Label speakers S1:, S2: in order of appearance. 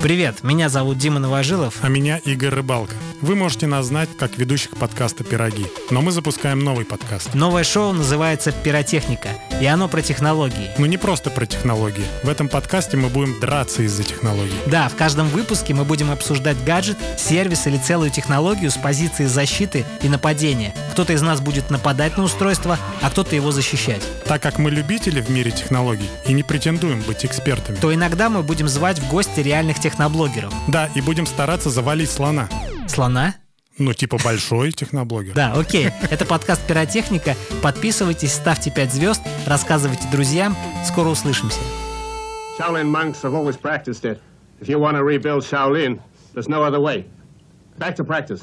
S1: Привет, меня зовут Дима Новожилов.
S2: А меня Игорь Рыбалка. Вы можете нас знать как ведущих подкаста «Пироги», но мы запускаем новый подкаст.
S1: Новое шоу называется «Пиротехника», и оно про технологии.
S2: Но Ну, не просто про технологии. В этом подкасте мы будем драться из-за технологий.
S1: Да, в каждом выпуске мы будем обсуждать гаджет, сервис или целую технологию с позиции защиты и нападения. Кто-то из нас будет нападать на устройство, а кто-то его защищать.
S2: Так как мы любители в мире технологий и не претендуем быть экспертами.
S1: То иногда мы будем звать в гости реальных техноблогеров.
S2: Да, и будем стараться завалить слона.
S1: Слона?
S2: Ну, типа большой техноблогер.
S1: Да, окей. Это подкаст «Пиротехника». Подписывайтесь, ставьте 5 звезд, рассказывайте друзьям. Скоро услышимся.
S3: Shaolin monks have always practiced it. If you want to rebuild Shaolin, there's no other way. Back to practice.